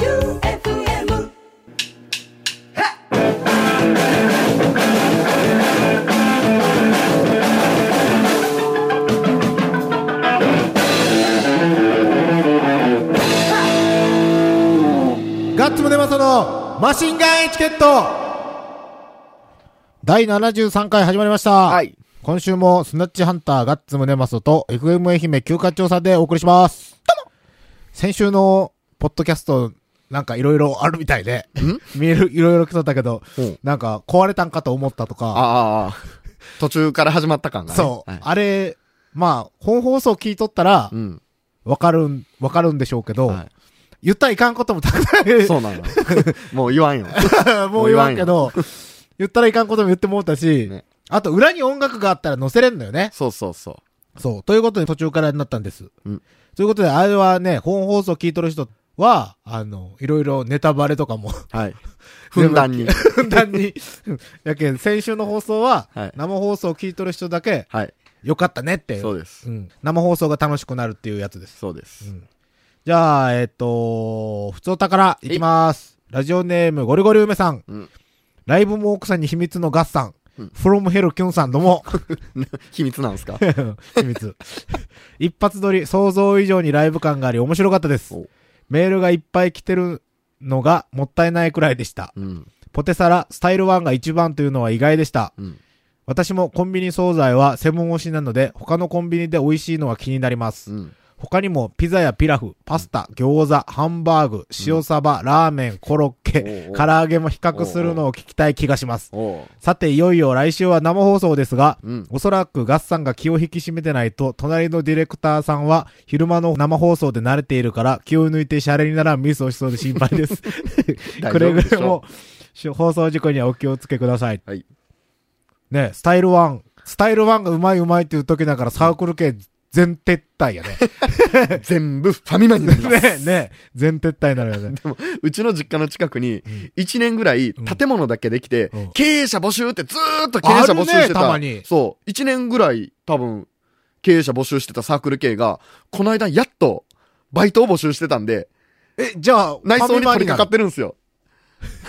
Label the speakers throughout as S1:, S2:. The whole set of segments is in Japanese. S1: J-O-E-U-F-M
S2: ガッツムネマソのマシンガンエチケット第73回始まりました。
S3: はい。
S2: 今週もスナッチハンターガッツムネマソと FM 愛媛休暇調査でお送りします。先週のポッドキャストなんかいろいろあるみたいで、見える、いろいろ来とったけど、
S3: うん
S2: なんか壊れたんかと思ったとか、
S3: ああ、途中から始まった感がね。
S2: そう、
S3: はい
S2: あれ、まあ、本放送聞いとったら
S3: う、ん。
S2: わかるん、わかるんでしょうけど、
S3: は
S2: 言ったらいかんこともたくさん
S3: い。そうなの。 もう言わんよ。
S2: もう言わんけど、言ったらいかんことも言ってもうたし、
S3: ね
S2: あと裏に音楽があったら載せれんのよね。
S3: そうそうそ
S2: そう。ということで途中からになったんです。
S3: うん
S2: ということで、あれはね、本放送聞いとる人は、あの、いろいろネタバレとかも、
S3: う。はい。ふんだんに。
S2: ふんだんに。 やけん、先週の放送は、
S3: はい
S2: 生放送聞いとる人だけ、
S3: はい。
S2: よかったねって。
S3: そうです。
S2: ん。生放送が楽しくなるっていうやつです。
S3: そうです。
S2: じゃあ、えっ、と、普通お宝いきます。ラジオネームゴリゴリ梅さん。
S3: うん
S2: ライブも奥さんに秘密のガッサン。フロムヘルキュンさんどう も。
S3: 秘密なんですか
S2: 秘密。一発撮り、想像以上にライブ感があり面白かったです
S3: お。
S2: メールがいっぱい来てるのがもったいないくらいでした。
S3: うん。
S2: ポテサラ、スタイル1が一番というのは意外でした。
S3: うん。
S2: 私もコンビニ惣菜はセブン推しなので、他のコンビニで美味しいのは気になります
S3: う。ん。
S2: 他にもピザやピラフ、パスタ、餃子、ハンバーグ、塩サバ、ラーメン、コロッケ
S3: お、うおう
S2: 唐揚げも比較するのを聞きたい気がします。
S3: おう。
S2: さて、いよいよ来週は生放送ですが、
S3: うん
S2: おそらくガッサンが気を引き締めてないと、隣のディレクターさんは昼間の生放送で慣れているから、気を抜いてシャレにならんミスをしそうで心配です。
S3: 大丈夫でしょう
S2: くれぐれも、放送事故にはお気をつけください。
S3: はい。
S2: ねスタイルワンスタイルワンがうまいうまいっていう時だからサークル系全撤退やね。
S3: 全部ファミマになります。
S2: ねえ、ねえ、全撤退になるよね。
S3: うちの実家の近くに、1年ぐらい建物だけできて
S2: うん、
S3: 経営者募集ってずーっと経営者募集
S2: あるね
S3: して
S2: たまに
S3: た。そう。1年ぐらい多分、経営者募集してたサークル系が、この間やっと、バイトを募集してたんで、
S2: え、じゃあ、。
S3: 内装に取り掛かっててるんですよ。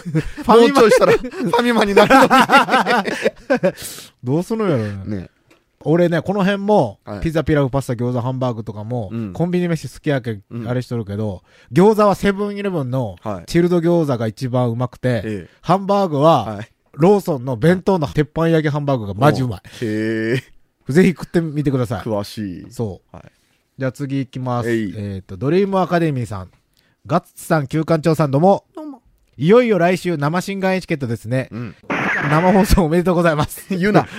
S2: フ
S3: も
S2: ァミ
S3: うち
S2: マ
S3: ょいしたら、ファミマになる
S2: どうするんやろうね
S3: のに。 ね。
S2: 俺ね、この辺も、
S3: はい
S2: ピザ、ピラフ、パスタ、餃子、ハンバーグとかも、
S3: うん
S2: コンビニ飯好きやけ、
S3: うん
S2: あれしとるけど、餃子はセブンイレブンの
S3: はい、
S2: チルド餃子が一番うまくて、
S3: ええ
S2: ハンバーグは、
S3: はい。
S2: ローソンの弁当の鉄板焼きハンバーグがマジうま
S3: へえ、
S2: い。ぜひ食ってみてください。
S3: 詳しい。
S2: そう。
S3: はい。
S2: じゃあ次行きます。え
S3: え
S2: っ
S3: い、
S2: と、ドリームアカデミーさん。ガッツさん、旧館長さん、どうも。
S3: どうも。
S2: いよいよ来週、生新眼エチケットですね。
S3: うん。
S2: 生放送おめでとうございます。
S3: 言うな。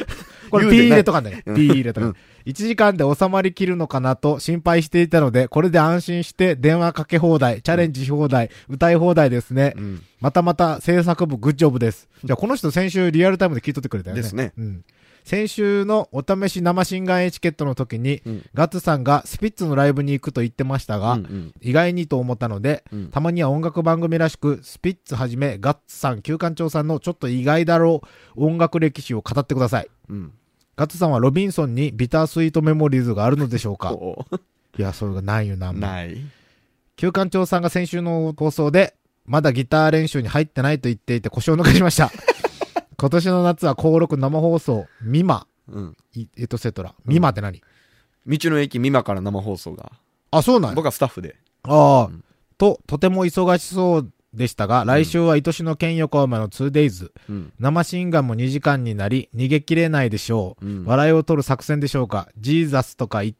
S2: これ
S3: 言う
S2: P
S3: てない
S2: 入れとかね。
S3: うん
S2: P 入れとか
S3: う
S2: ね
S3: ん。
S2: 1時間で収まりきるのかなと心配していたので、これで安心して電話かけ放題、チャレンジし放題、歌い放題ですね
S3: う。ん。
S2: またまた制作部グッジョブです。じゃあこの人先週リアルタイムで聞いとってくれたよね。
S3: ですね
S2: うん。先週のお試し生心眼エチケットの時に、
S3: うん
S2: ガッツさんがスピッツのライブに行くと言ってましたが、
S3: うんうん
S2: 意外にと思ったので、
S3: うん
S2: たまには音楽番組らしく、スピッツはじめ、ガッツさん、旧館長さんのちょっと意外だろう音楽歴史を語ってください。
S3: うん。
S2: ガッツさんはロビンソンにビタースイートメモリーズがあるのでしょうか
S3: こ
S2: いや、それがないよな、
S3: う。
S2: もう
S3: ない。
S2: 旧館長さんが先週の放送で、まだギター練習に入ってないと言っていて腰を抜かしま した。今年の夏は高録生放送、ミマ、
S3: うん。
S2: いエトセトラ。ミマって何、
S3: 道の駅美馬から生放送が。
S2: あ、そうなんや
S3: 僕はスタッフで。
S2: ああ、
S3: ん
S2: と、とても忙しそうでしたが、来週は愛しの県横浜の 2days。
S3: うん。
S2: 生新眼も2時間になり、逃げ切れないでしょう。
S3: うん
S2: 笑いを取る作戦でしょうか。ジーザスとか言っ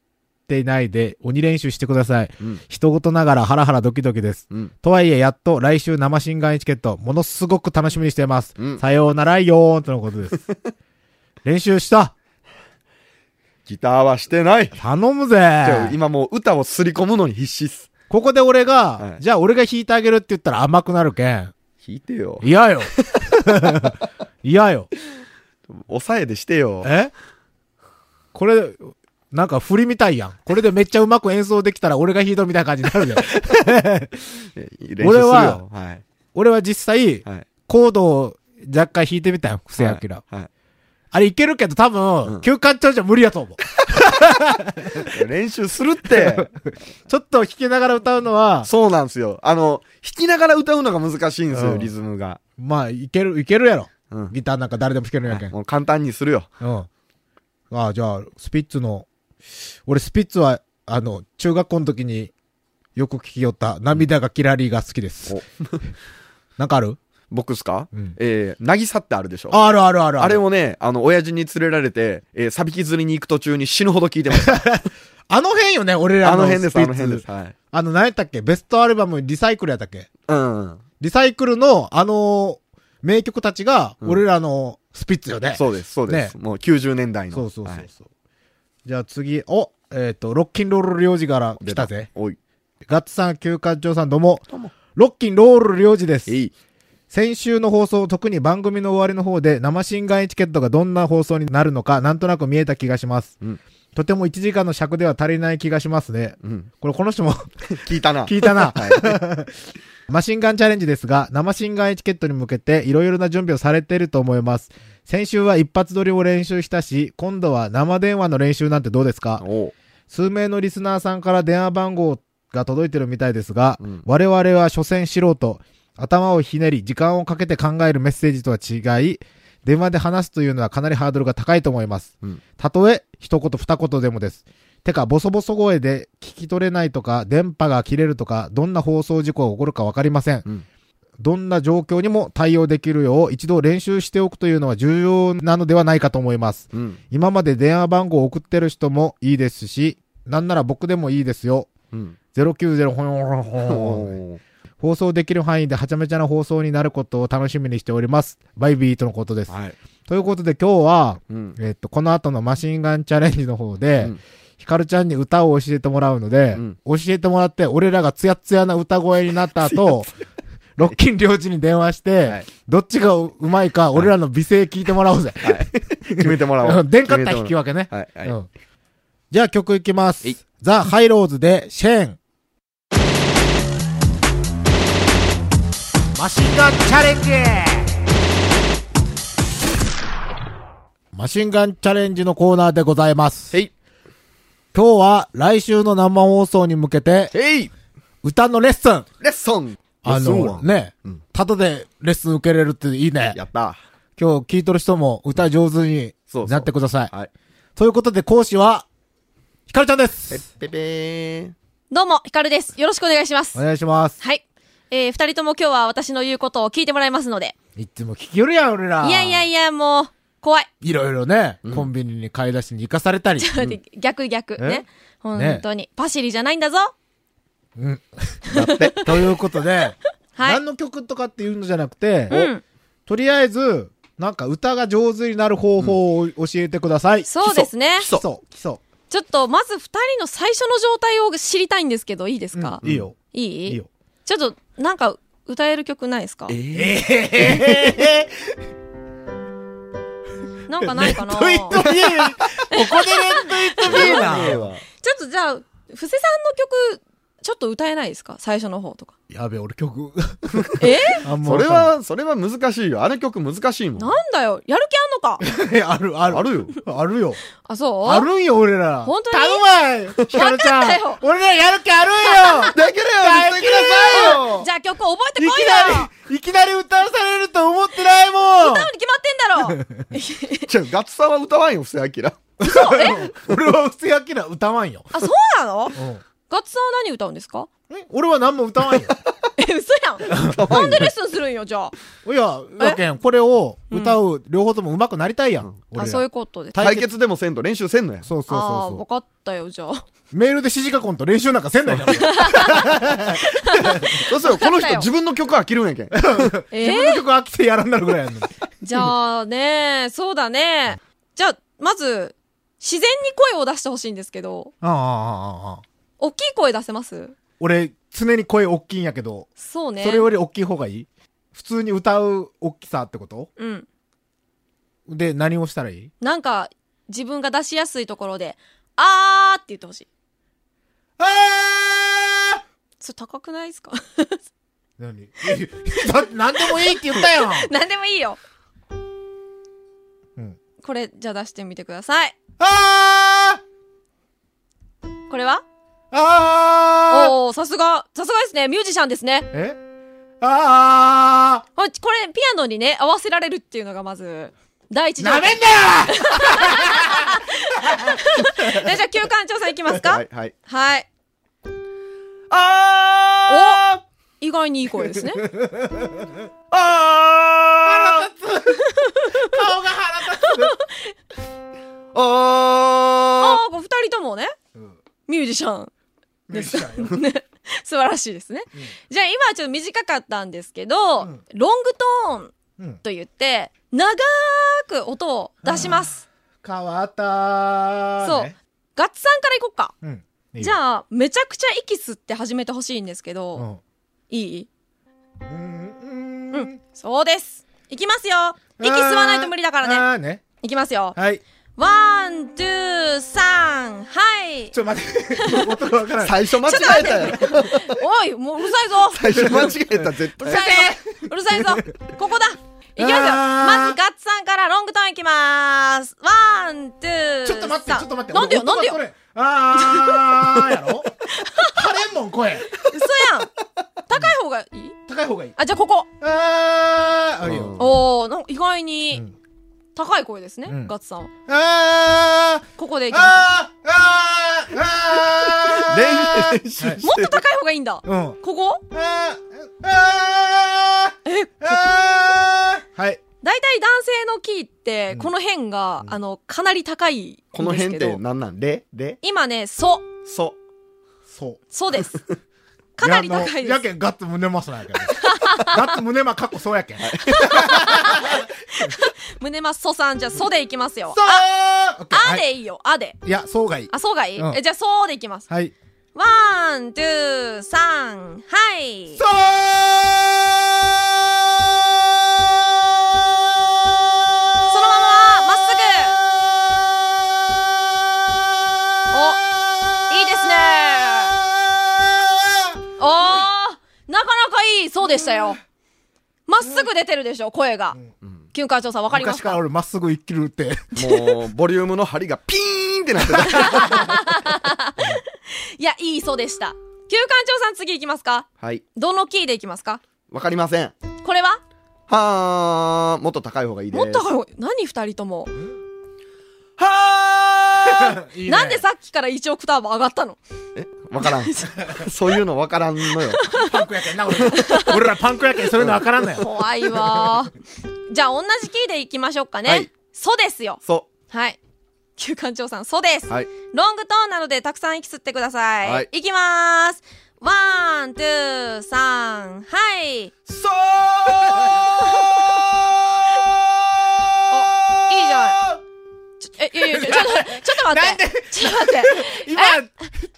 S2: てないで、鬼練習してください。
S3: うん。
S2: 人事ながらハラハラドキドキです。
S3: うん。
S2: とはいえ、やっと来週生新眼チケット、ものすごく楽しみにしています。
S3: うん
S2: さようならよーんとのこと です。練習した
S3: ギターはしてない。
S2: 頼む
S3: じゃあ
S2: ぜ
S3: 今もう歌をすり込むのに必死っす。
S2: ここで俺が、
S3: はい
S2: じゃあ俺が弾いてあげるって言ったら甘くなるけん。
S3: 弾いてよ。
S2: 嫌よ 嫌よ
S3: 抑えでしてよ。
S2: えこれ、なんか振りみたいやん。これでめっちゃうまく演奏できたら俺が弾いたみたいな感じになる じゃん。
S3: 練習するよ。
S2: 俺は
S3: はい。
S2: 俺は実際、
S3: はい。
S2: コードを若干弾いてみたよ、布施明。
S3: はい。
S2: あれいけるけど多分、
S3: うん
S2: 休館長じゃ無理やと思う。
S3: 練習する って。
S2: ちょっと弾きながら歌うのは、
S3: そうなんですよ。あの、弾きながら歌うのが難しいんです
S2: う
S3: よ、
S2: ん
S3: リズムが。
S2: まあ、いける、いけるやろ。
S3: うん。
S2: ギターなんか誰でも弾けるんやけん。
S3: もう簡単にするよ。
S2: うん。ああ、じゃあ、スピッツの、俺スピッツは、あの、中学校の時によく聞きよった、涙がキラリーが好きです
S3: お。
S2: なんかある
S3: 僕っすか
S2: うん
S3: えー、なぎさってあるでしょ。
S2: あるあるある
S3: あ
S2: あ
S3: れ
S2: る。
S3: をね、あの、親父に連れられて、えー、サビキ釣りに行く途中に死ぬほど聞いてました。
S2: あの辺よね、俺ら
S3: あ
S2: の
S3: の
S2: スピ
S3: 辺
S2: ッツ。
S3: です、あの辺です。はい。
S2: あの、何やったっけベストアルバムリサイクルやったっけ
S3: うん。
S2: リサイクルの、あのー名曲たちが、
S3: うん
S2: 俺らのスピッツよね。
S3: そうです、そうです。もう90年代の。
S2: そうそうそう
S3: はい
S2: そうじゃあ次、お、えっ、と、ロッキンロール領事から来たぜ。。
S3: おい。
S2: ガッツさん、休館長さん、どうも
S3: どうも。
S2: ロッキンロール領事です
S3: え。い。
S2: 先週の放送、特に番組の終わりの方で、生新眼エチケットがどんな放送になるのか、なんとなく見えた気がします。
S3: うん
S2: とても1時間の尺では足りない気がしますね。
S3: うん。
S2: これ、この人も
S3: 聞いたな。
S2: 聞いたな。
S3: は
S2: マシンガンチャレンジですが、生シンガンエチケットに向けていろいろな準備をされていると思います。先週は一発撮りを練習したし、今度は生電話の練習なんてどうです
S3: い。
S2: か
S3: おう。
S2: 数名のリスナーさんから電話番号が届いてるみたいですが、
S3: うん
S2: 我々は所詮素人、頭をひねり、時間をかけて考えるメッセージとは違い、電話で話すというのはかなりハードルが高いと思います。
S3: うん
S2: たとえ、一言二言でもです。てか、ボソボソ声で聞き取れないとか、電波が切れるとか、どんな放送事故が起こるかわかりません。
S3: うん
S2: どんな状況にも対応できるよう一度練習しておくというのは重要なのではないかと思います。
S3: うん。
S2: 今まで電話番号を送ってる人もいいですし、なんなら僕でもいいですよ。
S3: うん。
S2: 090ほよろほよ
S3: おう
S2: 放送できる範囲ではちゃめちゃな放送になることを楽しみにしております。バイビーとのことです。
S3: はい。
S2: ということで今日は、
S3: うん。
S2: えっと、この後のマシンガンチャレンジの方で、
S3: うん
S2: ヒカルちゃんに歌を教えてもらうので、
S3: うん
S2: 教えてもらって、俺らがツヤツヤな歌声になった 後、ロッキン領事に電話して、
S3: はい
S2: どっちがうまいか、俺らの美声聞いてもらおうぜ。
S3: 決めてもらお
S2: う
S3: う。
S2: ん出んかったら引き
S3: は。
S2: 分けね。
S3: はい。は
S2: う
S3: い。
S2: ん。じゃあ曲いきます
S3: はい。
S2: ザ・ハイローズでシェーン。マシンガンチャレンジマシンガンチャレンジのコーナーでございます。
S3: へい。
S2: 今日は来週の生放送に向けて
S3: へい。
S2: 歌のレッスン。
S3: レッソン
S2: あの、。ね
S3: うん、
S2: ただでレッスン受けれるっていいね。
S3: やった。
S2: 今日聴いとる人も歌上手に
S3: そうそう
S2: なってください。
S3: はい。
S2: ということで講師は、ひかるちゃんです。
S3: ぺぺーん。
S4: どうも、ヒカルです。よろしくお願いします。
S2: お願いします。
S4: はい。えー、二人とも今日は私の言うことを聞いてもらいますので。
S2: いつも聞きよるやん、俺ら。
S4: いやいやいや、もう、怖い。
S2: いろいろね、コンビニに買い出しに行かさ れたり。
S4: ちょっと待って逆逆。
S2: え
S4: ね。本当に。パシリじゃないんだぞ。
S3: だって。
S2: ということで、
S4: はい
S2: 何の曲とかっていうのじゃなくて、
S4: うん。
S2: とりあえず、なんか歌が上手になる方法を教えてください。
S4: そうですね。
S2: 基礎。基礎。
S4: ちょっと、まず二人の最初の状態を知りたいんですけど、いいですか、
S2: いいよ。
S4: い
S2: い
S4: い
S2: いよ。
S4: ちょっと、なんか、歌える曲ないですか
S3: ええ。
S4: なんかないか なちょ
S2: といっ
S4: っ
S2: といいよ。ここでレッドイットビー
S3: ええ
S2: な。
S3: わ。
S4: とじゃあ、布施さんの曲、ちょっと歌えないですか最初の方 とか。
S2: やべ、俺曲。
S4: え
S2: あんま
S3: それ、は、それは難しいよ。あの曲難しいもん。
S4: なんだよ。やる気あんのか
S2: ある、ある。
S3: あるよ。
S2: あるよ。
S4: あ、そう
S2: あるんよ、俺ら。
S4: 本当に
S2: 頼むわいひかるち
S4: わか
S2: ゃ
S4: った
S2: ん
S4: よ。
S2: 俺らやる気あるん よ
S3: できるよ
S2: できるよ
S3: よ
S4: じゃあ曲覚えてこい
S2: い
S4: よ
S2: きなり、いきなり歌わされると思ってないもん
S4: 歌うに決まってんだ ろ
S3: じゃあ、ガッツさんは歌わんよ、布施明。
S2: 俺は普通やきら歌わんよ。
S4: あ、そうなのガッツさんは何歌うんです か
S2: え俺は何も歌わんよ。
S4: え、嘘やん。なんでレッスンするんよ、じゃあ。
S2: いや、だけん、これを歌う、両方とも上手くなりたいやん。俺
S4: あ、
S2: ら
S4: そういうことです。
S2: 対
S3: 対決でもせんと練習せんのや。
S2: そうそう
S4: ああー、
S2: そう
S4: わ
S2: そ
S4: かったよ、じゃあ。
S2: う。メールで指示書こんと練習なんかせんないから。自
S3: そうするとこの
S4: わかった
S3: 人
S4: よ
S3: 自分の曲飽きるんやけん。
S4: えー
S2: 分の曲飽きてやらんなるぐらい やんのに。
S4: じゃあね、そうだね。じゃあ、まず、自然に声を出してほしいんですけど、
S2: ああ、ああ、ああ。
S4: 大きい声出せます
S2: 俺、常に声大きいんやけど、
S4: そうね。
S2: それより大きい方がいい普通に歌う大きさってこと
S4: うん。
S2: で、何をしたらいい
S4: なんか、自分が出しやすいところで、あーって言ってほしい。
S2: ああ
S4: それ高くないですか
S2: 何 だって何でもいいって言ったやん
S4: 何でもいいよ。
S2: うん
S4: これ、じゃあ出してみてください。
S2: あ
S4: これは
S2: あー
S4: おおさすが、さすがですね。ミュージシャンですね。
S2: えあ
S4: これ、これピアノにね、合わせられるっていうのがまず、第一
S2: ー
S4: 条
S2: な
S4: 件
S2: めんなよ
S4: えじゃあ、休館調査いきますか
S3: はい、はい。
S4: はい。
S2: あー
S4: 意外にいい声 ですね。
S2: おあー腹立つ顔が腹立
S3: あ
S4: ああ、こう二人ともね、ミュージシャン。
S2: つミュージシャンよ。
S4: ね、 素晴らしいですね。じゃあ今はちょっと短かったんですけど、
S2: ん
S4: ロングトーン
S2: うん。
S4: と言って、長ーく音を出します。
S2: 変わったー、
S4: そう
S2: ね。
S4: ガッツさんからいこっか。
S2: うん。いいよ
S4: じゃあ、めちゃくちゃ息吸って始めてほしいんですけど、
S2: うん。
S4: いい
S2: うん。うん
S4: うん。そうです。いきますよ。息吸わないと無理だからね。
S2: あーね。
S4: いきますよ。
S2: はい。
S4: ワン、ツー、サン、はい。
S2: ちょっと待って。 音がわから
S3: ー
S2: ない。
S3: 最初間違えたよ。
S4: おい、もううるさいぞ。
S3: 最初間違えた、絶
S4: うる
S3: 対。
S4: さいぞ。うるさいぞ。ここだ。いきますよ。
S2: あー
S4: まずガッツさんからロングトーンいきまーす。ワン、ツー、
S2: ちょっと待って、ち
S4: さ
S2: ょっと待って。
S4: なんでよ、
S2: 俺
S4: なんで
S2: 音
S4: よ
S2: が。取れんあーや ろ枯れんもん、声。
S4: 嘘やん。高い方がいい
S2: 高い方がいい。
S4: あ、じゃあここ。
S2: あーあるよ。
S4: おー、なんか意外
S2: う
S4: に
S2: ん
S4: 高い声ですね、
S2: うん
S4: ガッツさんは。
S2: あー
S4: ここでいきま
S2: あーあーあー
S3: 練習し
S4: す。もっと高い方がいいんだ。
S2: うん。
S4: ここ
S2: あーあー
S4: え、
S2: あーはい。
S4: 大体男性のキーって、この辺が、あの、かなり高いんですけど。
S3: この辺って何なんレレ
S4: 今ね、ソ、
S3: ソ。
S2: そう。
S4: ソ です。かなり高い
S2: や
S4: で
S2: あのや
S4: す。
S2: けんガッツ胸マスなん やけど。ガッツ胸マかっこそうやけん。そう
S4: 胸マスソさん、じゃあソでいきますよ。
S2: あ
S4: あでいいよ、あで。
S2: いや、そうがいい。
S4: あ、そうがいい、
S2: うん
S4: えじゃあ、そうでいきます。
S2: はい。
S4: ワン、ツー、サン、はい。
S2: そう
S4: そのまま、まっすぐ。いいですね。おー、なかなかいい、そうでしたよ。まっすぐ出てるでしょ、声が。キュンカー調査、わかりま
S2: 昔
S4: す
S2: から
S4: か
S2: 俺まっすぐ生き るって。
S3: もう、ボリュームの針がピーンってなってた。
S4: いや、いい、そうでした。キュンカー調査、次行きますか
S3: はい。
S4: どのキーで行きますか
S3: わかりません。
S4: これは
S3: はーん。もっと高い方がいいです。
S4: もっと高い、何二人とも。
S3: はーん。
S2: いいね
S4: なんでさっきから1オクターブ上が ったの
S3: えわ からん。そういうのわからんのよ。
S2: パンクやけんな、俺。俺らパンクやけん、 そういうのわからんのよ。
S4: 怖いわー。じゃあ、同じキーで行きましょうかね。
S3: はい
S4: ソですよ。
S3: そ
S4: はい。旧館長さん、そうです。
S3: う。はい。
S4: ロングトーンなので、たくさん息吸ってください。
S3: はいい、
S4: きまーす。ワン、ツー、サン、はい。
S3: そう
S4: いいじゃん。ちょ、え、いやいや、ちょ、ちょちょっと待って。ちょっと待って。
S2: 今、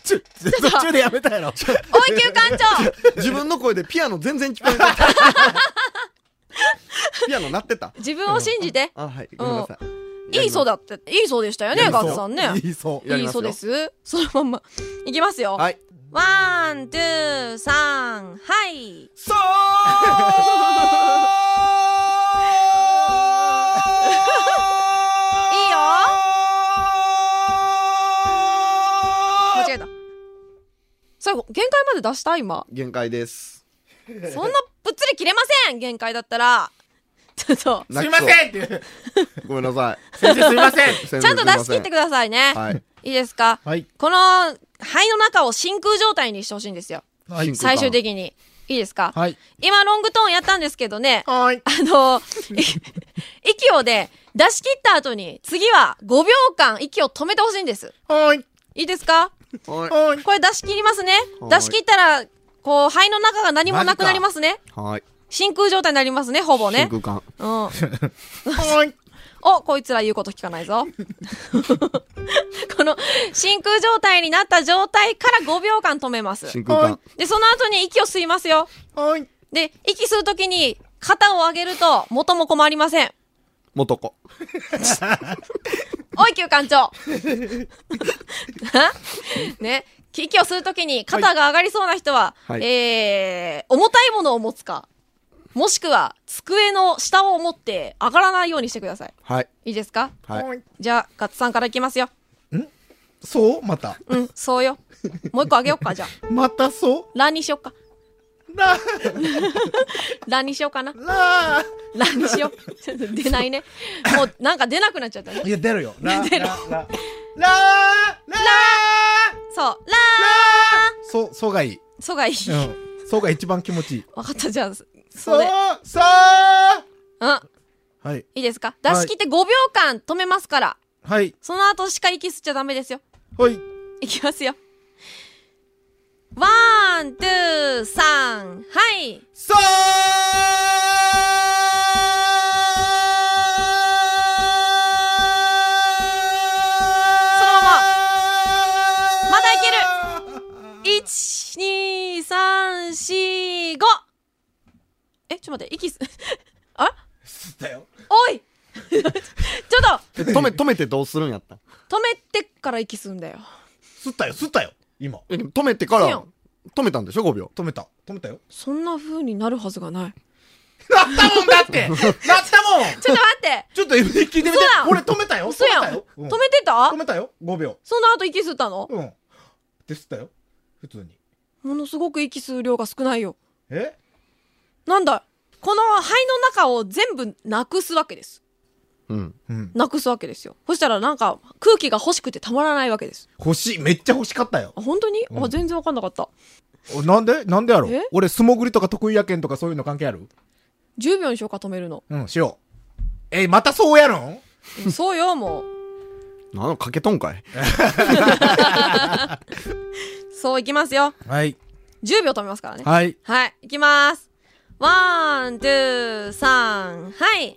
S2: ちょ、途中でやめたやろ。
S4: おい、旧館長
S3: 自分の声でピアノ全然聞こえなか った。ピアノ鳴ってた。
S4: 自分を信じて。
S3: あ、はい。ごめんなさい。
S4: いいそう
S3: だ。
S4: だって、いいそうでしたよね、ガッツさんね。
S2: いいそう。
S3: やり
S4: いい
S3: ます
S4: そう
S3: よ
S4: です。そのまんま。いきますよ。
S3: はい。
S4: ワン、ツー、サン、はい。
S3: そう
S4: いいよ間違えた。最後、限界まで出した今。
S3: 限界です。
S4: そんなぶっつり切れません限界だったら。ちょっと、
S2: すいませんっていう。
S3: んごめんなさい。
S2: 先生すいません。
S3: ち
S4: ちゃんと出し切ってくださいね。
S3: はい。
S4: いいですか
S2: はい。
S4: この肺の中を真空状態にしてほしいんですよ。
S2: はい
S3: 真空管
S4: 最終的に。いいですか、
S2: はい。
S4: 今ロングトーンやったんですけどね、
S2: はい。
S4: あの、い息をね、出し切った後に、次は5秒間息を止めてほしいんです。
S2: はい。
S4: いいですか
S3: は
S2: はい。
S4: これ出し切りますね。
S3: はい
S4: 出し切ったら、こう、肺の中が何もなくなりますね。
S3: い。はい。
S4: 真空状態になりますね、ほぼね。
S3: 真空管。
S4: うん。
S2: はい。
S4: お、こいつら言うこと聞かないぞ。 この、真空状態になった状態から5秒間止めます。
S3: 真空管。
S4: で、その後に息を吸いますよ。
S2: はい。
S4: で、息吸うときに、肩を上げると、元も子もありません。
S3: 元子。
S4: おい、旧館長 ね、息を吸うときに、肩が上がりそうな人は、
S3: はい
S4: えー、重たいものを持つか、もしくは、机の下を持って、上がらないようにしてください。
S3: はい。
S4: いいですか
S3: はい。
S4: じゃあ、ガッツさんからいきますよ。
S2: そうまた。
S4: うん、そうよ。もう一個あげよっか、じゃあ。
S2: またそ
S4: 欄にしよっか。
S2: うな、
S4: 欄にしようかな。
S2: なあ
S4: 欄にしよう。ちょっと 出ないね。もうなんか出なくなっちゃったね。
S2: いや、出るよ。な、
S4: 出る
S2: な、な、なあなあ
S4: そう。ラ
S2: そう、そうがいい。
S4: ーそうがいい。
S2: うん。そうが一番気持ちいい。
S4: わかった、じゃあ、そ
S2: そ
S4: そうれ。
S2: そうは
S4: うん。
S2: い。
S4: いいですか出
S2: はい
S4: し切って5秒間止めますから。
S2: はい。
S4: その後しか息吸っちゃダメですよ。
S2: はい。
S4: いきますよ。ワン、ツー、サン、はい。
S2: さあ
S4: そのま
S2: ま
S4: まだい
S2: ける
S4: 一、二、三、四、五。え、ちょっと待って、息す、 あ
S2: 吸ったよ。
S4: おい ちょっ
S3: え止め、止めてどうするんやった
S4: と止めてから息すんだよ。
S2: 吸ったよ、吸ったよ。今。
S3: えでも止めてから
S4: いいよ、
S3: 止めたんでしょ ?5 秒。
S2: 止めた。止めたよ。
S4: そんな風になるはずがない。
S2: なったもんだってなったもん
S4: ちょっと待っ て
S2: ちょっと聞いてみて
S4: 嘘やん
S2: 俺止めたよ
S4: 嘘やん
S2: 止めたよ、
S4: 止
S2: う
S4: め
S2: ん
S4: てた
S2: 止めたよ !5 秒。
S4: その後息吸ったの
S2: うん。って吸ったよ。普通に。
S4: ものすごく息吸う量が少ないよ。
S2: え
S4: なんだこの肺の中を全部なくすわけです。
S3: うん。
S2: うん。
S4: なくすわけですよ。そしたらなんか空気が欲しくてたまらないわけです。
S2: 欲しい。めっちゃ欲しかったよ。
S4: あ、本当に、
S2: う
S4: あ、
S2: ん
S4: 全然わかんなかった。
S2: おなんでなんでやろ
S4: え
S2: 俺、素潜りとか得意やけんとかそういうの関係ある
S4: 10秒にしようか止めるの。
S2: うん、しよう。え、またそうやるん
S4: そうよ、もう。
S3: なの、かけとんかい。
S4: そう、いきますよ。
S2: はい。
S4: 10秒止めますからね。
S2: はい。
S4: はい、いきます。ワン、ツー、サン、はい。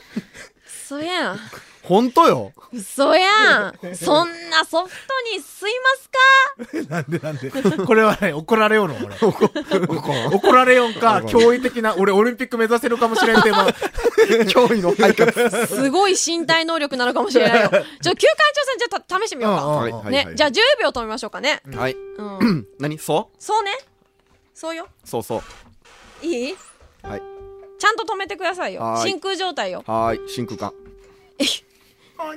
S4: 嘘やん。
S3: ほんとよ。
S4: 嘘やん。そんなソフトに吸いますか
S2: なんでなんで これはね、怒られようの、俺。
S3: こ
S2: 怒られよんか、
S3: 怒
S2: 驚異的な、俺オリンピック目指せるかもしれんテーマ。
S3: う脅威の配達。
S4: すごい身体能力なのかもしれないよ。ちょ、休館長さん、じゃあ試してみようか。
S2: うんうん
S3: はいはい
S4: ね、じゃあ10秒止めましょうかね。
S3: はい。
S4: うん。
S3: 何そう
S4: そうね。そうよ。
S3: そうそう。
S4: いい
S3: はい。
S4: ちゃんと止めてくださいよ
S3: は。ーい
S4: 真空状態よ。
S3: はーい。真空管。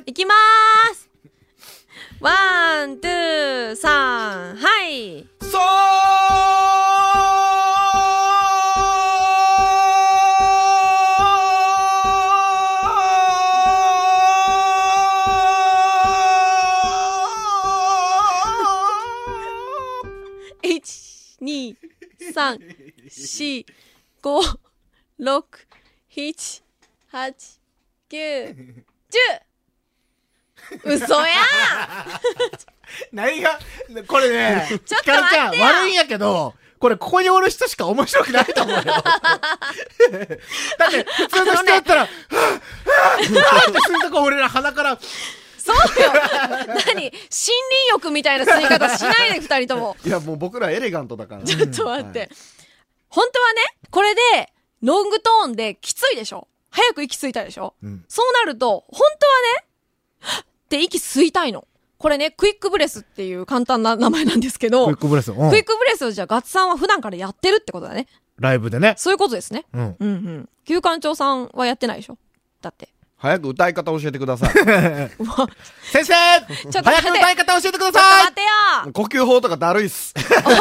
S4: いきまーす。ワン、ツー、サン、はい。
S2: そう
S4: 一、二、三、四、五、六、七、八、九、十。 嘘や
S2: 何が、これね、
S4: ちょっと待ってよ
S2: ひかるちゃん悪いんやけど、これここにおる人しか面白くないと 思うよ。だって、普通の人だったら、はぁ、はぁ、はぁってするとこ俺ら鼻から、
S4: そうよ何森林浴みたいな吸い方しないで二人とも。
S3: いや、もう僕らエレガントだから。
S4: ちょっと待って。本当はね、これで、ロングトーンできついでしょ早く息吸いたいでしょ、
S2: ん
S4: そうなると、本当はね、って息吸いたいの。これね、クイックブレスっていう簡単な名前なんですけど、クイ
S2: クイックブレス、うん
S4: ックブレスをじゃあガッツさんは普段からやってるってことだね。
S2: ライブでね。
S4: そういうことですね。
S2: うん。
S4: うんうん。旧館長さんはやってないでしょだって。
S3: 早く歌い方教えてく ださい。
S4: うわ、ち
S2: 先生
S4: ょっと待って
S2: 早く歌い方教えてく
S4: ち
S2: だ
S4: ょっと
S2: さ
S4: 待
S2: い
S4: てよ
S3: 呼吸法とかだるいっす。だ
S4: おいおいおい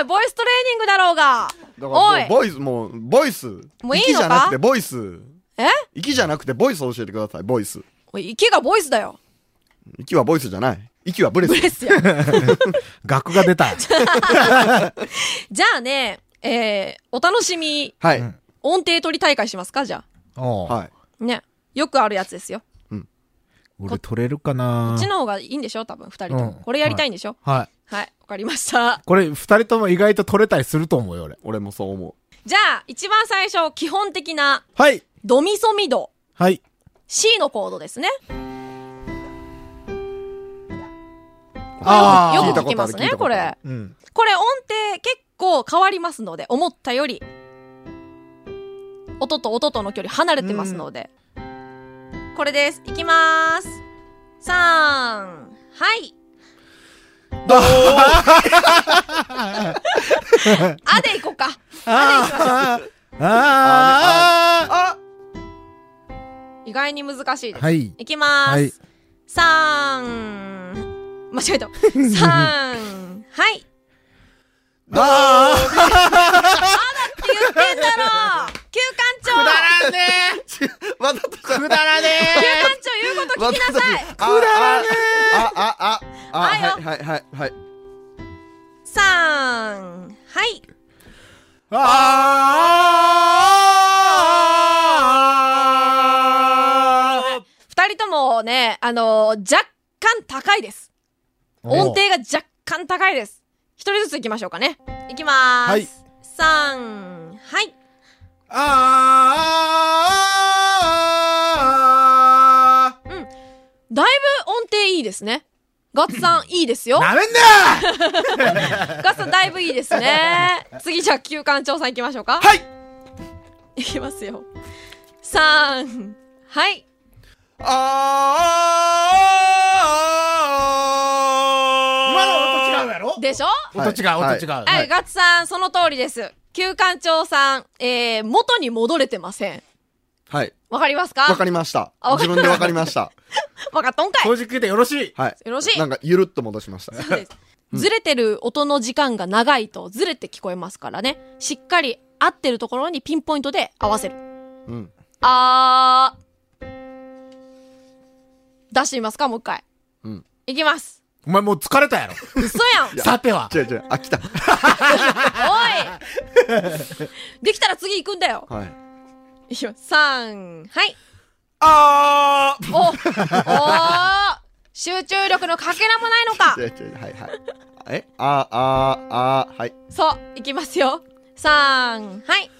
S4: おい、ボイストレーニングだろうが
S3: からも
S4: お
S3: う
S4: い
S3: ボイス、もう、ボイス。
S4: もういいのか
S3: 息じゃなくて、ボイス。
S4: え
S3: 息じゃなくて、ボイスを教えてください、ボイス。
S4: おい息がボイスだよ
S3: 息はボイスじゃない。息はブ レス。
S4: ブレスや
S2: 額が 出た。
S4: じゃあね、えー、お楽しみ、
S3: はい。
S2: ん
S4: 音程取り大会しますかじゃ
S2: おう
S3: はい。
S4: あ。ね。よくあるやつですよ。
S2: 俺取れるかな
S4: こっちの方がいいんでしょ多分、二人とも
S2: うん
S4: これやりたいんでしょ
S2: はい。
S4: はい、わ、かりました。
S2: これ、二人とも意外と取れたりすると思うよ、俺。
S3: 俺もそう思
S4: じゃあ、一番最初、基本的な、
S2: はい。
S4: ドミソミド、
S2: はい。
S4: C のコードですね。
S3: う。
S2: あー
S4: よく聞きます
S3: 聞い
S4: ね、こと
S3: たこある聞いたことあ
S4: れ
S3: る。
S2: うん。
S4: これ音程結構変わりますので、思ったより、音と音との距離離れてますので。これです。いきまーす。さん、はい。 あでいこうか。
S2: あーあ
S3: あ
S4: 意外に難しいです。、
S2: はいい。
S4: きま
S2: は
S4: ー
S2: い
S4: す。。さん、間違 えた。さん、はい。って
S2: あ
S4: 言ってんだろ休館長
S3: らねえわざとくだらね
S4: 休館長言うこと聞きなさい
S3: くだらねえあ、あ、あ、あ、
S4: あよ
S3: はい、はい、はい、はい。
S4: さん、はい。
S2: あ
S4: 二人ともね、あのー若干高いです。音程が若干高いです。一人ずつ行きましょうかね。行きま
S2: は
S4: ー
S2: い
S4: す。さん、はい。
S2: あ
S4: だいぶ音程いいですね。ガッツさん、いいですよ。
S2: なめんな
S4: ガッツさん、だいぶいいですね。次、じゃあ、休館長さん行きましょうか。
S3: はい
S4: いきますよ。さん、はい。
S2: 今の音違うやろ
S4: でしょ
S2: 音違う、
S3: はい
S2: 音違う。
S4: はい、
S2: はい
S4: ガッツさん、その通りです。休館長さん、えー、元に戻れてません。
S3: はい。
S4: わかりますか
S3: わかりました。
S4: あわかり
S3: 自分でわかりました。
S4: わかったんかい
S2: 正直でよろしい。
S3: はい。
S4: よろしい
S3: なんか、ゆるっと戻しました。
S4: そうです。ずれてる音の時間が長いとずれて聞こえますからね。しっかり合ってるところにピンポイントで合わせる。
S3: うん。
S4: あー。出してみますかもう一回。
S3: うん。
S4: いきます。
S2: お前もう疲れたやろ。
S4: 嘘やんおい
S2: さては。
S3: 違う違う。あ、来た。
S4: できたら次行くんだよ。
S3: はい。
S4: いきます。さん、はい。
S2: あー
S4: おおー集中力のかけらもないのか
S3: 違う違う。はいはい。えあ、あ、あ、はい。
S4: そう、いきますよ。さん、はい。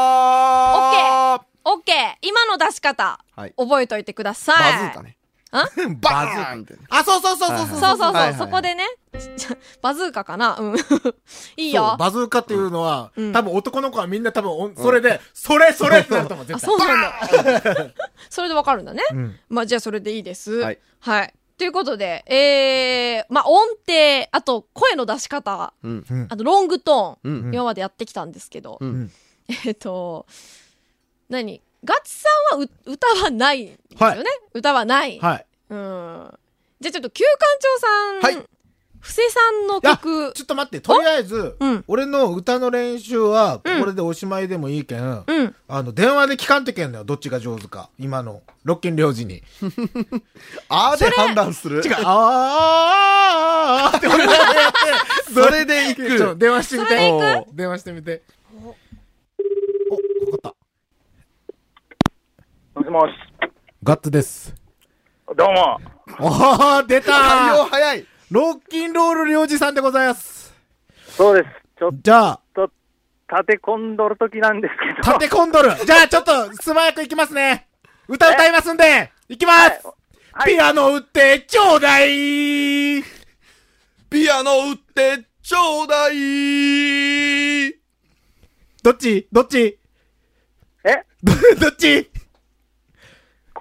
S3: あー
S4: オッケー今の出し方、
S3: はい
S4: 覚えといてください。
S3: バズーカね。
S2: バズ
S3: バーンって。
S2: あ、そうそうそうそう
S3: はい
S2: そう。
S4: そうそうそう、
S3: はいはいはい
S4: そこでね、 ちょバズーカかなうん。 いい
S2: そう
S4: よ。
S2: バズーカっていうのは、
S4: うん
S2: 多分男の子はみんな多分お、それで、それそれってなると思う、
S4: あ、
S2: 絶対。
S4: そうなんだ。 それでわかるんだね。
S2: うん
S4: まあ、じゃあそれでいいです。
S3: はい。
S4: はい。ということで、えー、まあ、音程、あと声の出し方、
S3: うん。
S2: うん
S4: あとロングトーン、
S3: うん。
S4: 今までやってきたんですけど、
S3: うん
S2: うん
S4: えっと、何ガチさんはう歌はないんですよね、
S2: はい
S4: 歌はない。
S2: はい。
S4: うん。じゃあちょっと、旧館長さん、
S3: はい
S4: 布施さんの曲、
S2: ちょっと待って、とりあえず、
S4: うん
S2: 俺の歌の練習は、これでおしまいでもいいけん、
S4: うん。
S2: あの、電話で聞かんといけんのよ、どっちが上手か。今の、ロッキン領事に。
S3: あーで判断する
S2: 違う、あーって俺がやって、
S3: それで行
S2: ちょっと
S3: く。
S2: 電話してみ
S4: それ
S2: て。
S4: で行
S2: 電話してみて。お、かかった。
S5: もしもし。
S2: ガッツです。
S5: どうも。
S2: おー、出
S3: 対応
S2: た
S3: 早い。
S2: ロッキンロール領事さんでございます。
S5: そうです。ちょっ
S2: じゃあ、
S5: と立て込んどる時なんですけど。
S2: 立て込んど る。じゃあ、ちょっと、素早くいきますね。歌歌いますんで、いきます、
S5: はい
S2: ピアノ打って、ちょうだい
S3: ピアノ打ってちょうだい。
S2: どっちどっち
S5: え
S2: どどっち。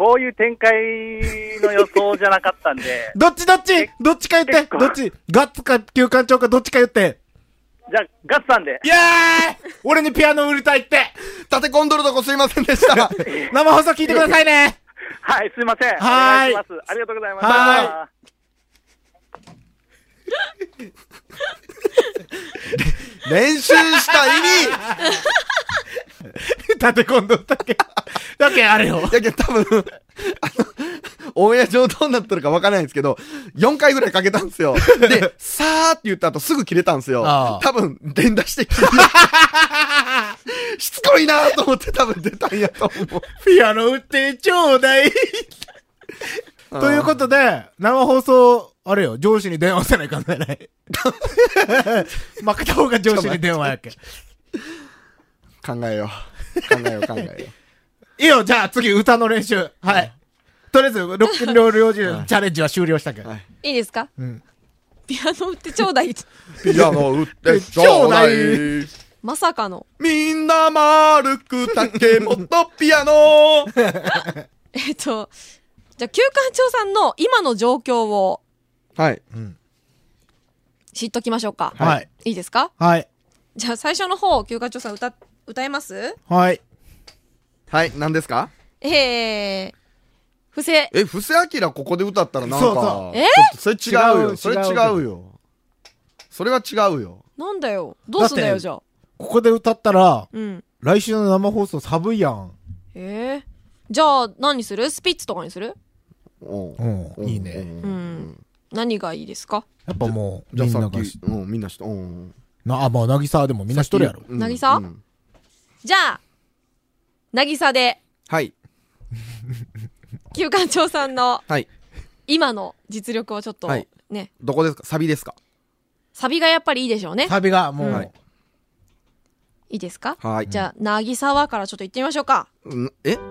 S5: こういう展開の予想じゃなかったん で
S2: どっちどっちどっちか言っ
S5: 結
S2: て
S5: 構
S2: どっちガッツか休館長かどっちか言って
S5: じゃあ、ガッツさんで。
S2: イエーイ俺にピアノ売りたいって
S3: 立て込んどるとこすいませんでした。
S2: 生放送聞いてくださいね
S5: はい、すいませ
S2: はー
S5: ん。
S2: い
S5: お願いします。ありがとうございま
S2: は
S5: す。
S3: 練習した意味
S2: 立て込んどったっけだけあれよ。
S3: だけど多分、 あの、オンエア上どうなってるかわからないんですけど、4回ぐらいかけたんですよ。で、さーって言った後すぐ切れたんですよ
S2: ああ。
S3: 多分、連打してきて。しつこい なーと思って多分出たんやと思う。
S2: ピアノ売ってちょうだいということで、生放送、あれよ、上司に電話せないかんじゃない。負けた方が上司に電話やけん。
S3: 考えよう。考えよう、考えよう。
S2: いいよ、じゃあ次歌の練習。はい。とりあえず、ロックンロール用事のチャレンジは終了したけど
S3: はい。
S4: いいですか
S2: ん
S4: ピアノ売ってちょうだい。
S3: ピアノ売ってちょうだい。
S4: まさかの。
S3: みんな丸く竹本ピアノ。
S4: えっと、じゃあ、休館長さんの今の状況を
S3: はい。
S4: 知っときましょうか。
S2: はい。
S4: いいですか
S2: はい。
S4: じゃあ、最初の方、休館長さん歌、歌えます
S2: はい。
S3: はい、何ですか
S4: えー、不正。
S3: え、布施明ここで歌ったらなんか。
S2: そうそう
S4: え
S3: ちょっとそれ違
S2: 違う
S3: うよ。それ違うよ。それは違うよ。
S4: なんだよ。どうすんだ
S2: だっ
S4: よ、
S2: て
S4: じゃあ。
S2: ここで歌ったら、
S4: うん。
S2: 来週の生放送寒いやん。
S4: えー、じゃあ、何にするスピッツとかにする
S3: お
S2: うんいいね
S4: うん。何がいいですか
S2: やっぱもう、
S3: じゃあ
S2: みん
S3: さ
S2: な
S3: っ
S2: が
S3: き、うん、みんなして、うん。
S2: な、あ、まあ、なぎさでもみんなしとるやろ。
S3: うん
S4: 渚
S3: うん
S4: じゃあ、なぎさで、
S3: はい。
S4: 休館長さんの
S3: はい。
S4: 今の実力をちょっと、
S3: はい
S4: ね、
S3: どこですかサビですか
S4: サビがやっぱりいいでしょうね。
S2: サビがも
S4: うん
S2: う、
S4: いいですか
S3: はい。
S4: じゃあ、なぎさわからちょっと行ってみましょうか。
S3: うんえ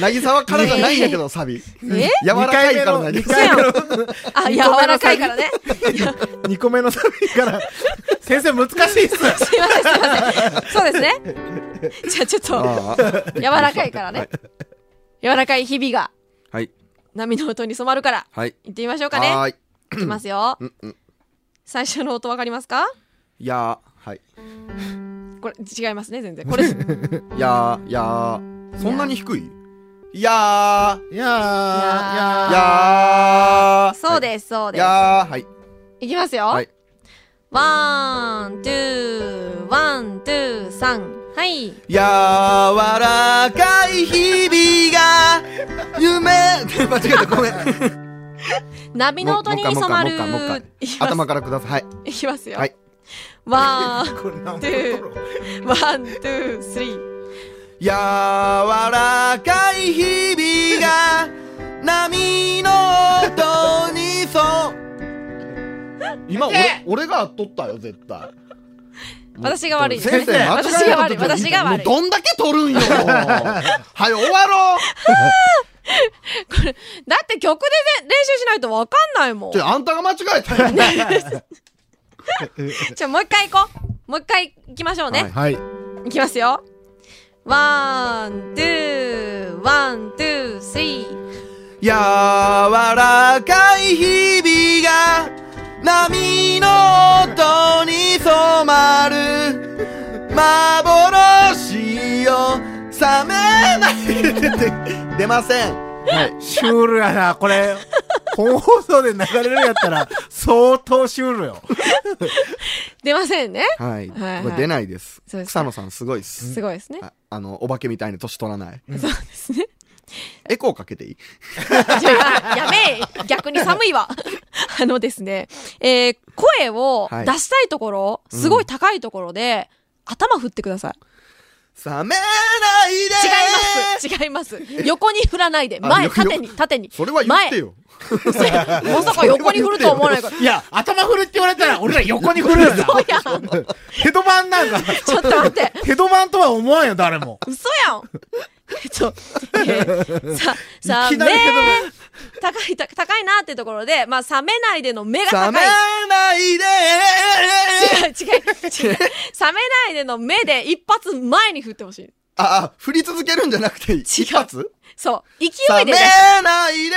S3: 渚は体ないんやけど、サビ。
S4: え
S3: 柔らかいからな
S2: 二
S3: い。
S4: 嘘
S2: 回
S4: や
S2: 目
S4: ん
S2: の、
S4: あ、柔らかいからね。
S2: 2個目のサビから、先生難しいっ
S4: す
S2: す。
S4: いません、すいません。そうですね。 じゃあちょっと、
S3: ああ
S4: 柔らかいからね。柔らかい日々が
S3: はい。
S4: 波の音に染まるから、
S3: はい。
S4: 行ってみましょうかね。
S3: はーい。
S4: いきますよ。
S3: うんうん。
S4: 最初の音わかりますか
S3: いやー、はい。
S4: これ、違いますね、全然。 これ、
S3: いやー、いやー。そんなに低いいや
S2: いやー、い
S3: ー、
S2: や
S3: いやー。
S4: そう
S3: す。
S4: です、そう
S3: い
S4: です。
S3: やー、はい。
S4: いきますよ。
S3: はい。
S4: ワン、ツー、ワン、ツー、サン。はい。
S3: 柔らかい日々が夢 間違えたごめん
S4: 波の音に染まる。
S3: もう一回もう一回もう
S4: い
S3: 一
S4: き
S3: 回
S4: ます
S3: 頭からください
S4: いきますよ。
S3: はい
S4: ワ
S2: ー。これなん
S4: ン、ツ
S2: ぼ取ろう
S4: ー、ワン、ツー、スリー。
S3: 柔らかい日々が波の音にそう今俺俺が取ったよ絶対
S4: 私が悪いです
S3: 先生間違
S4: 私
S3: え
S4: が
S3: た
S4: 悪
S3: と
S4: い、私が悪い。
S3: もうどんだけ取るんよもうはい終わろう
S4: だって曲でね練習しないとわかんないもん。
S3: ち
S4: じゃ
S3: ょあんたが間違えたよ
S4: あ、もう一回行こう。もう一回行きましょうね。
S3: はい
S2: はい。
S4: い、きますよ。ワン、ツー、ワン、ツー、スリー。
S3: 柔らかい日々が波の音に染まる幻よ覚めない出ません
S2: シュールやな、こ れ。本放送で流れるやったら、相当シュールよ。
S4: 出ませんね。
S3: はい、
S4: はいはい
S3: これ出ないです
S4: そうですか
S3: 草野さんすごいっす
S4: すごいですね。
S3: ああのお化けみたいに年取らない
S4: そうですね。
S3: エコーかけていい
S4: じゃあ やべえ逆に寒いわ あのですね、えー、声を
S3: はい
S4: 出したいところ、すごい高いところで、頭振ってください。
S3: 覚めないで
S4: 違います違います横に振らないで。
S3: あ
S4: 前、
S3: よくよく
S4: 縦に、縦に。
S3: それは言ってよ
S4: 前。まさか横に振るとは思わない から。
S2: いや、頭振るって言われたら、俺ら横に振るやんな。
S4: 嘘やん
S2: ヘドバンなんか、
S4: ちょっと待って。
S2: ヘドバンとは思わんよ、誰も。
S4: 嘘やんえっと、えー、さ、さ、
S2: いき
S4: め
S2: なりけど
S4: 高い、た高いなってところで、まあ、冷めないでの目が高い。
S3: 覚めないで
S4: 違う違う違う。冷めないでの目で一発前に振ってほしい。
S3: ああ、振り続けるんじゃなくていい。一発
S4: そう。勢
S3: 冷
S4: いで
S3: め
S4: 出す。
S3: ないで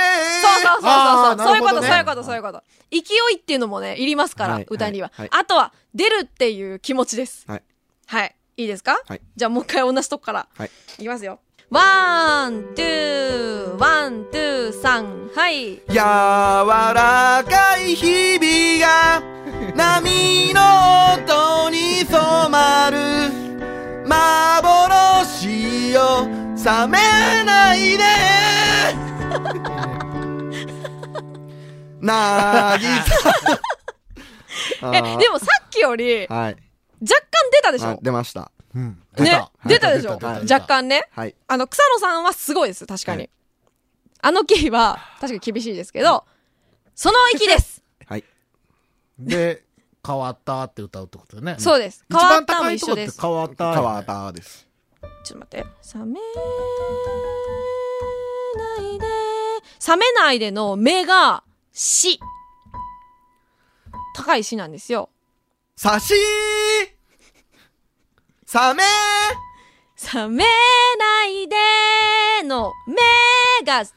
S4: そうそうそう
S2: あ
S4: そうそ
S2: ー
S4: う。そういうこ
S2: なるほ
S4: と、
S2: どね
S4: そういうこと、そういうこと。勢いっていうのもね、いりますから、
S3: はい
S4: 歌には、
S3: はい
S4: あとは、出るっていう気持ちです。
S3: はい。
S4: はい。いいですか、
S3: はい
S4: じゃあもう一回同じとこから。
S3: はい。
S4: いきますよ。ワン、ツー、ワン、ツー、サン。はい。
S3: 柔らかい日々が波の音に染まる幻よ覚めないで なぎさ
S4: え、でもさっきより、若干
S3: はい
S4: 出たでし
S3: あ
S4: ょ
S3: 出ました
S2: うん。
S4: ね。出たでしょ
S2: 出た出た
S4: 若干ね。
S3: はい
S4: あの、草野さんはすごいです、確かに。
S3: はい
S4: あのキーは、確かに厳しいですけど、その息です、
S3: はい
S2: で、変わったって歌うってことよね。
S4: そうです。
S2: 一
S4: 変わっ
S2: 番
S4: たも
S2: 高い
S4: 一
S2: と
S4: 緒
S2: こっ
S4: で
S2: て
S4: す。ちょ
S2: 変わった。
S3: 川田です
S4: っと待って。冷めないで。冷めないでの目が、し。高いしなんですよ。
S3: 刺しサメ
S4: 冷めないでの目がし。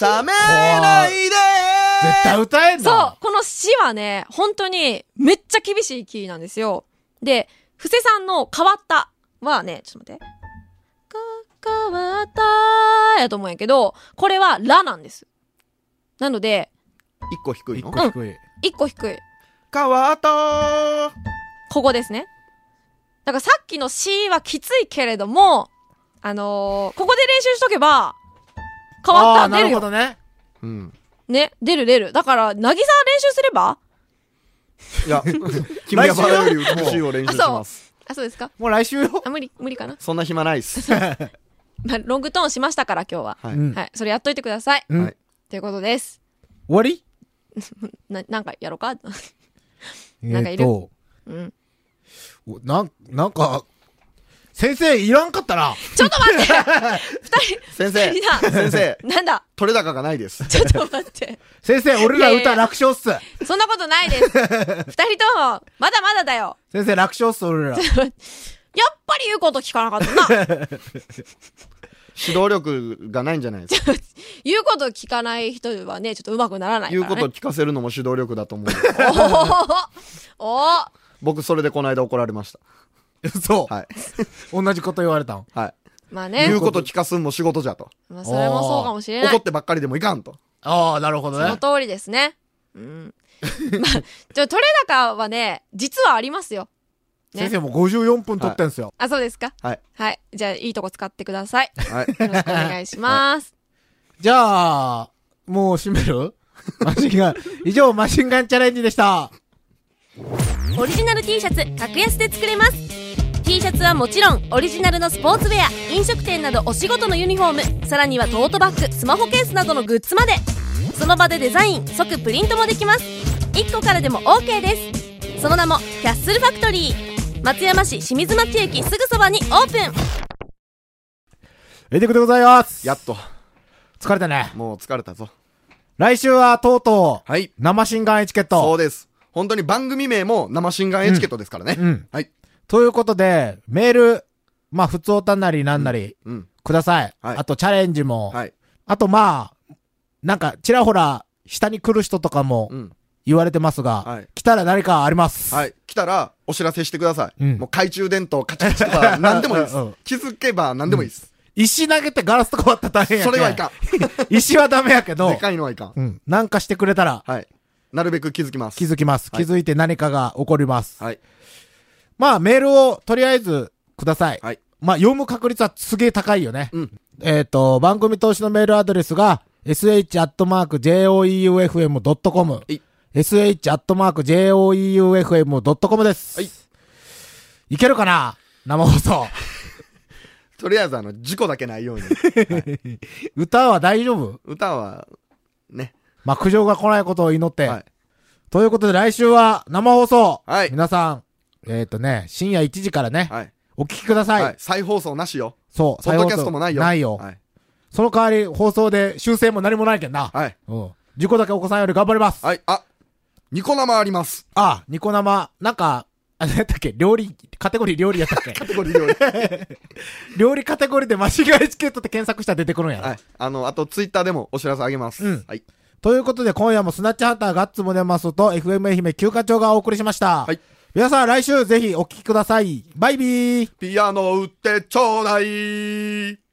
S3: 冷めないで
S2: 絶対歌えん
S4: そう
S2: な。
S4: この死はね、本当にめっちゃ厳しいキーなんですよ。で、布施さんの変わったはね、ちょっと待って。か、変わったやと思うんやけど、これはラなんです。なので、
S3: 一個低い
S2: 一
S3: の
S2: 個低い。
S4: 一個低い。
S3: 変わったー
S4: ここですね。だからさっきの C はきついけれども、あのーここで練習しとけば、変わっ
S2: あー
S4: たら
S2: な
S4: 出
S2: る
S4: る
S2: ほ
S4: よ。
S2: どね。
S3: うん。
S4: ね、出る出る。だから、なぎさ練習すれば
S3: いや、君はバラより美しいを練習し
S4: あ
S3: ます。
S4: あ、そうですか
S2: もう来週よ。
S4: あ、無理、無理かな。
S3: そんな暇ない っす。
S4: まあ、ロングトーンしましたから、今日は。
S3: は
S2: う
S3: い。
S2: ん。
S4: はい、それやっといてください。
S2: うん
S3: はい
S4: ということです。
S2: 終わり
S4: な、なんかやろうか
S2: え
S4: なんか
S2: っ
S4: いる
S2: と、
S4: うん。
S2: おなん、なんか、先生いらんかっ たな。
S4: ちょっと待って二人、
S3: 先生
S4: 二人だ
S3: 先生
S4: なんだ
S3: 取れ高がないです。
S4: ちょっと待って。
S2: 先生、俺
S4: いや
S2: ら
S4: いや
S2: 歌楽勝っす。
S4: そんなことない です。二人とも、まだまだだよ。
S2: 先生楽勝っす、俺ら。
S4: やっぱり言うこと聞かなかった な。
S3: 指導力がないんじゃないですか。
S4: 言うこと聞かない人はね、ちょっと上手くならないか
S3: 言う
S4: ら、ね。
S3: こと聞かせるのも指導力だと思うんです。
S4: おおお
S3: 僕、それでこの間怒られました。
S2: 嘘。
S3: はい。
S2: 同じこと言われたん。
S3: はい。
S4: まあ
S3: 言
S4: ね
S3: う。こと聞かすんも仕事じゃと。
S4: まあ、それもそうかもしれない
S3: 怒っ。てばっかりでもいかんと。
S2: ああ、なるほど
S4: その
S2: ね。
S4: 通りですね。うん。まあ、ちょ、取れ高はね、実はありますよ。ね
S2: 先生もう54分撮ってんすよ。
S4: あ、そうですか
S3: はい。
S4: はい。じゃあ、いいとこ使ってください。
S3: はい。
S4: よろしくお願いします。
S2: じゃあ、もう閉め るマシンガン。以上、マシンガンチャレンジでした。
S4: オリジナル T シャツ格安で作れます T シャツはもちろんオリジナルのスポーツウェア飲食店などお仕事のユニフォームさらにはトートバッグスマホケースなどのグッズまでその場でデザイン即プリントもできます1個からでも OK ですその名もキャッスルファクトリー松山市清水町駅すぐそばにオープン
S2: エディクでございます。
S3: やっと、
S2: 疲れたね。
S3: もう疲れたぞ。
S2: 来週はとうとう、
S3: はい。
S2: 生新眼エチケット。
S3: そうです。本当に番組名も生新眼エチケットですからね。
S2: うん。
S3: はい。
S2: ということで、メール、まあ、普通おたなりなんなり、
S3: うん。
S2: ください。
S3: はい
S2: あと、チャレンジも。
S3: はい。
S2: あと、まあ、なんか、ちらほら、下に来る人とかも
S3: うん。
S2: 言われてますが、
S3: はい
S2: 来たら何かあります。
S3: はい。来たら、お知らせしてくださ
S2: う
S3: い。
S2: ん
S3: もう懐中電灯カチャカチャ とか、何でもいいです
S2: うん。
S3: 気づけば何でもいいです。
S2: 石投げてガラスとか割ったら大変やけ
S3: それはいか
S2: ん。石はダメやけ
S3: ん。
S2: ど
S3: で、かいのはいかん。
S2: うん。なんかしてくれたら、
S3: はい。なるべく気づきます。
S2: 気づきます。
S3: はい
S2: 気づいて何かが起こります。
S3: はい。
S2: まあ、メールをとりあえずください。
S3: はい。
S2: まあ、読む確率はすげえ高いよね。
S3: うん。
S2: えっ、と、番組投資のメールアドレスが、sh.joeufm.com
S3: い。
S2: sh.joeufm.com です。
S3: はい。
S2: いけるかな生放送。
S3: とりあえず、あの、事故だけないよ うに。
S2: 歌は大丈夫
S3: 歌は、ね。
S2: まあ、苦情が来ないことを祈って。
S3: はい。
S2: ということで、来週は生放送。
S3: はい
S2: 皆さん、えっ、とね、深夜1時からね、
S3: はい。
S2: お聞きください。
S3: はい。再放送なしよ。
S2: そう、
S3: ポッドキャストもないよ。
S2: ないよ。
S3: はい。
S2: その代わり、放送で修正も何もないけんな。
S3: はい。
S2: うん。事故だけお子さんより頑張ります。
S3: はい。あ、ニコ生あります。
S2: あ、ニコ生、なんか、あれだったっけ料理、カテゴリー料理やったっけ
S3: カテゴリ ー料理。
S2: 料理カテゴリーで間違いチケットって検索したら出てくるんやろ。
S3: はい。あの、あと、ツイッターでもお知らせあげます。
S2: うん
S3: はい。
S2: ということで、今夜もスナッチハンターガッツムネマスと FM 愛媛休暇長がお送りしました。
S3: はい
S2: 皆さん来週ぜひお聞きください。バイビー
S3: ピアノ売ってちょうだい。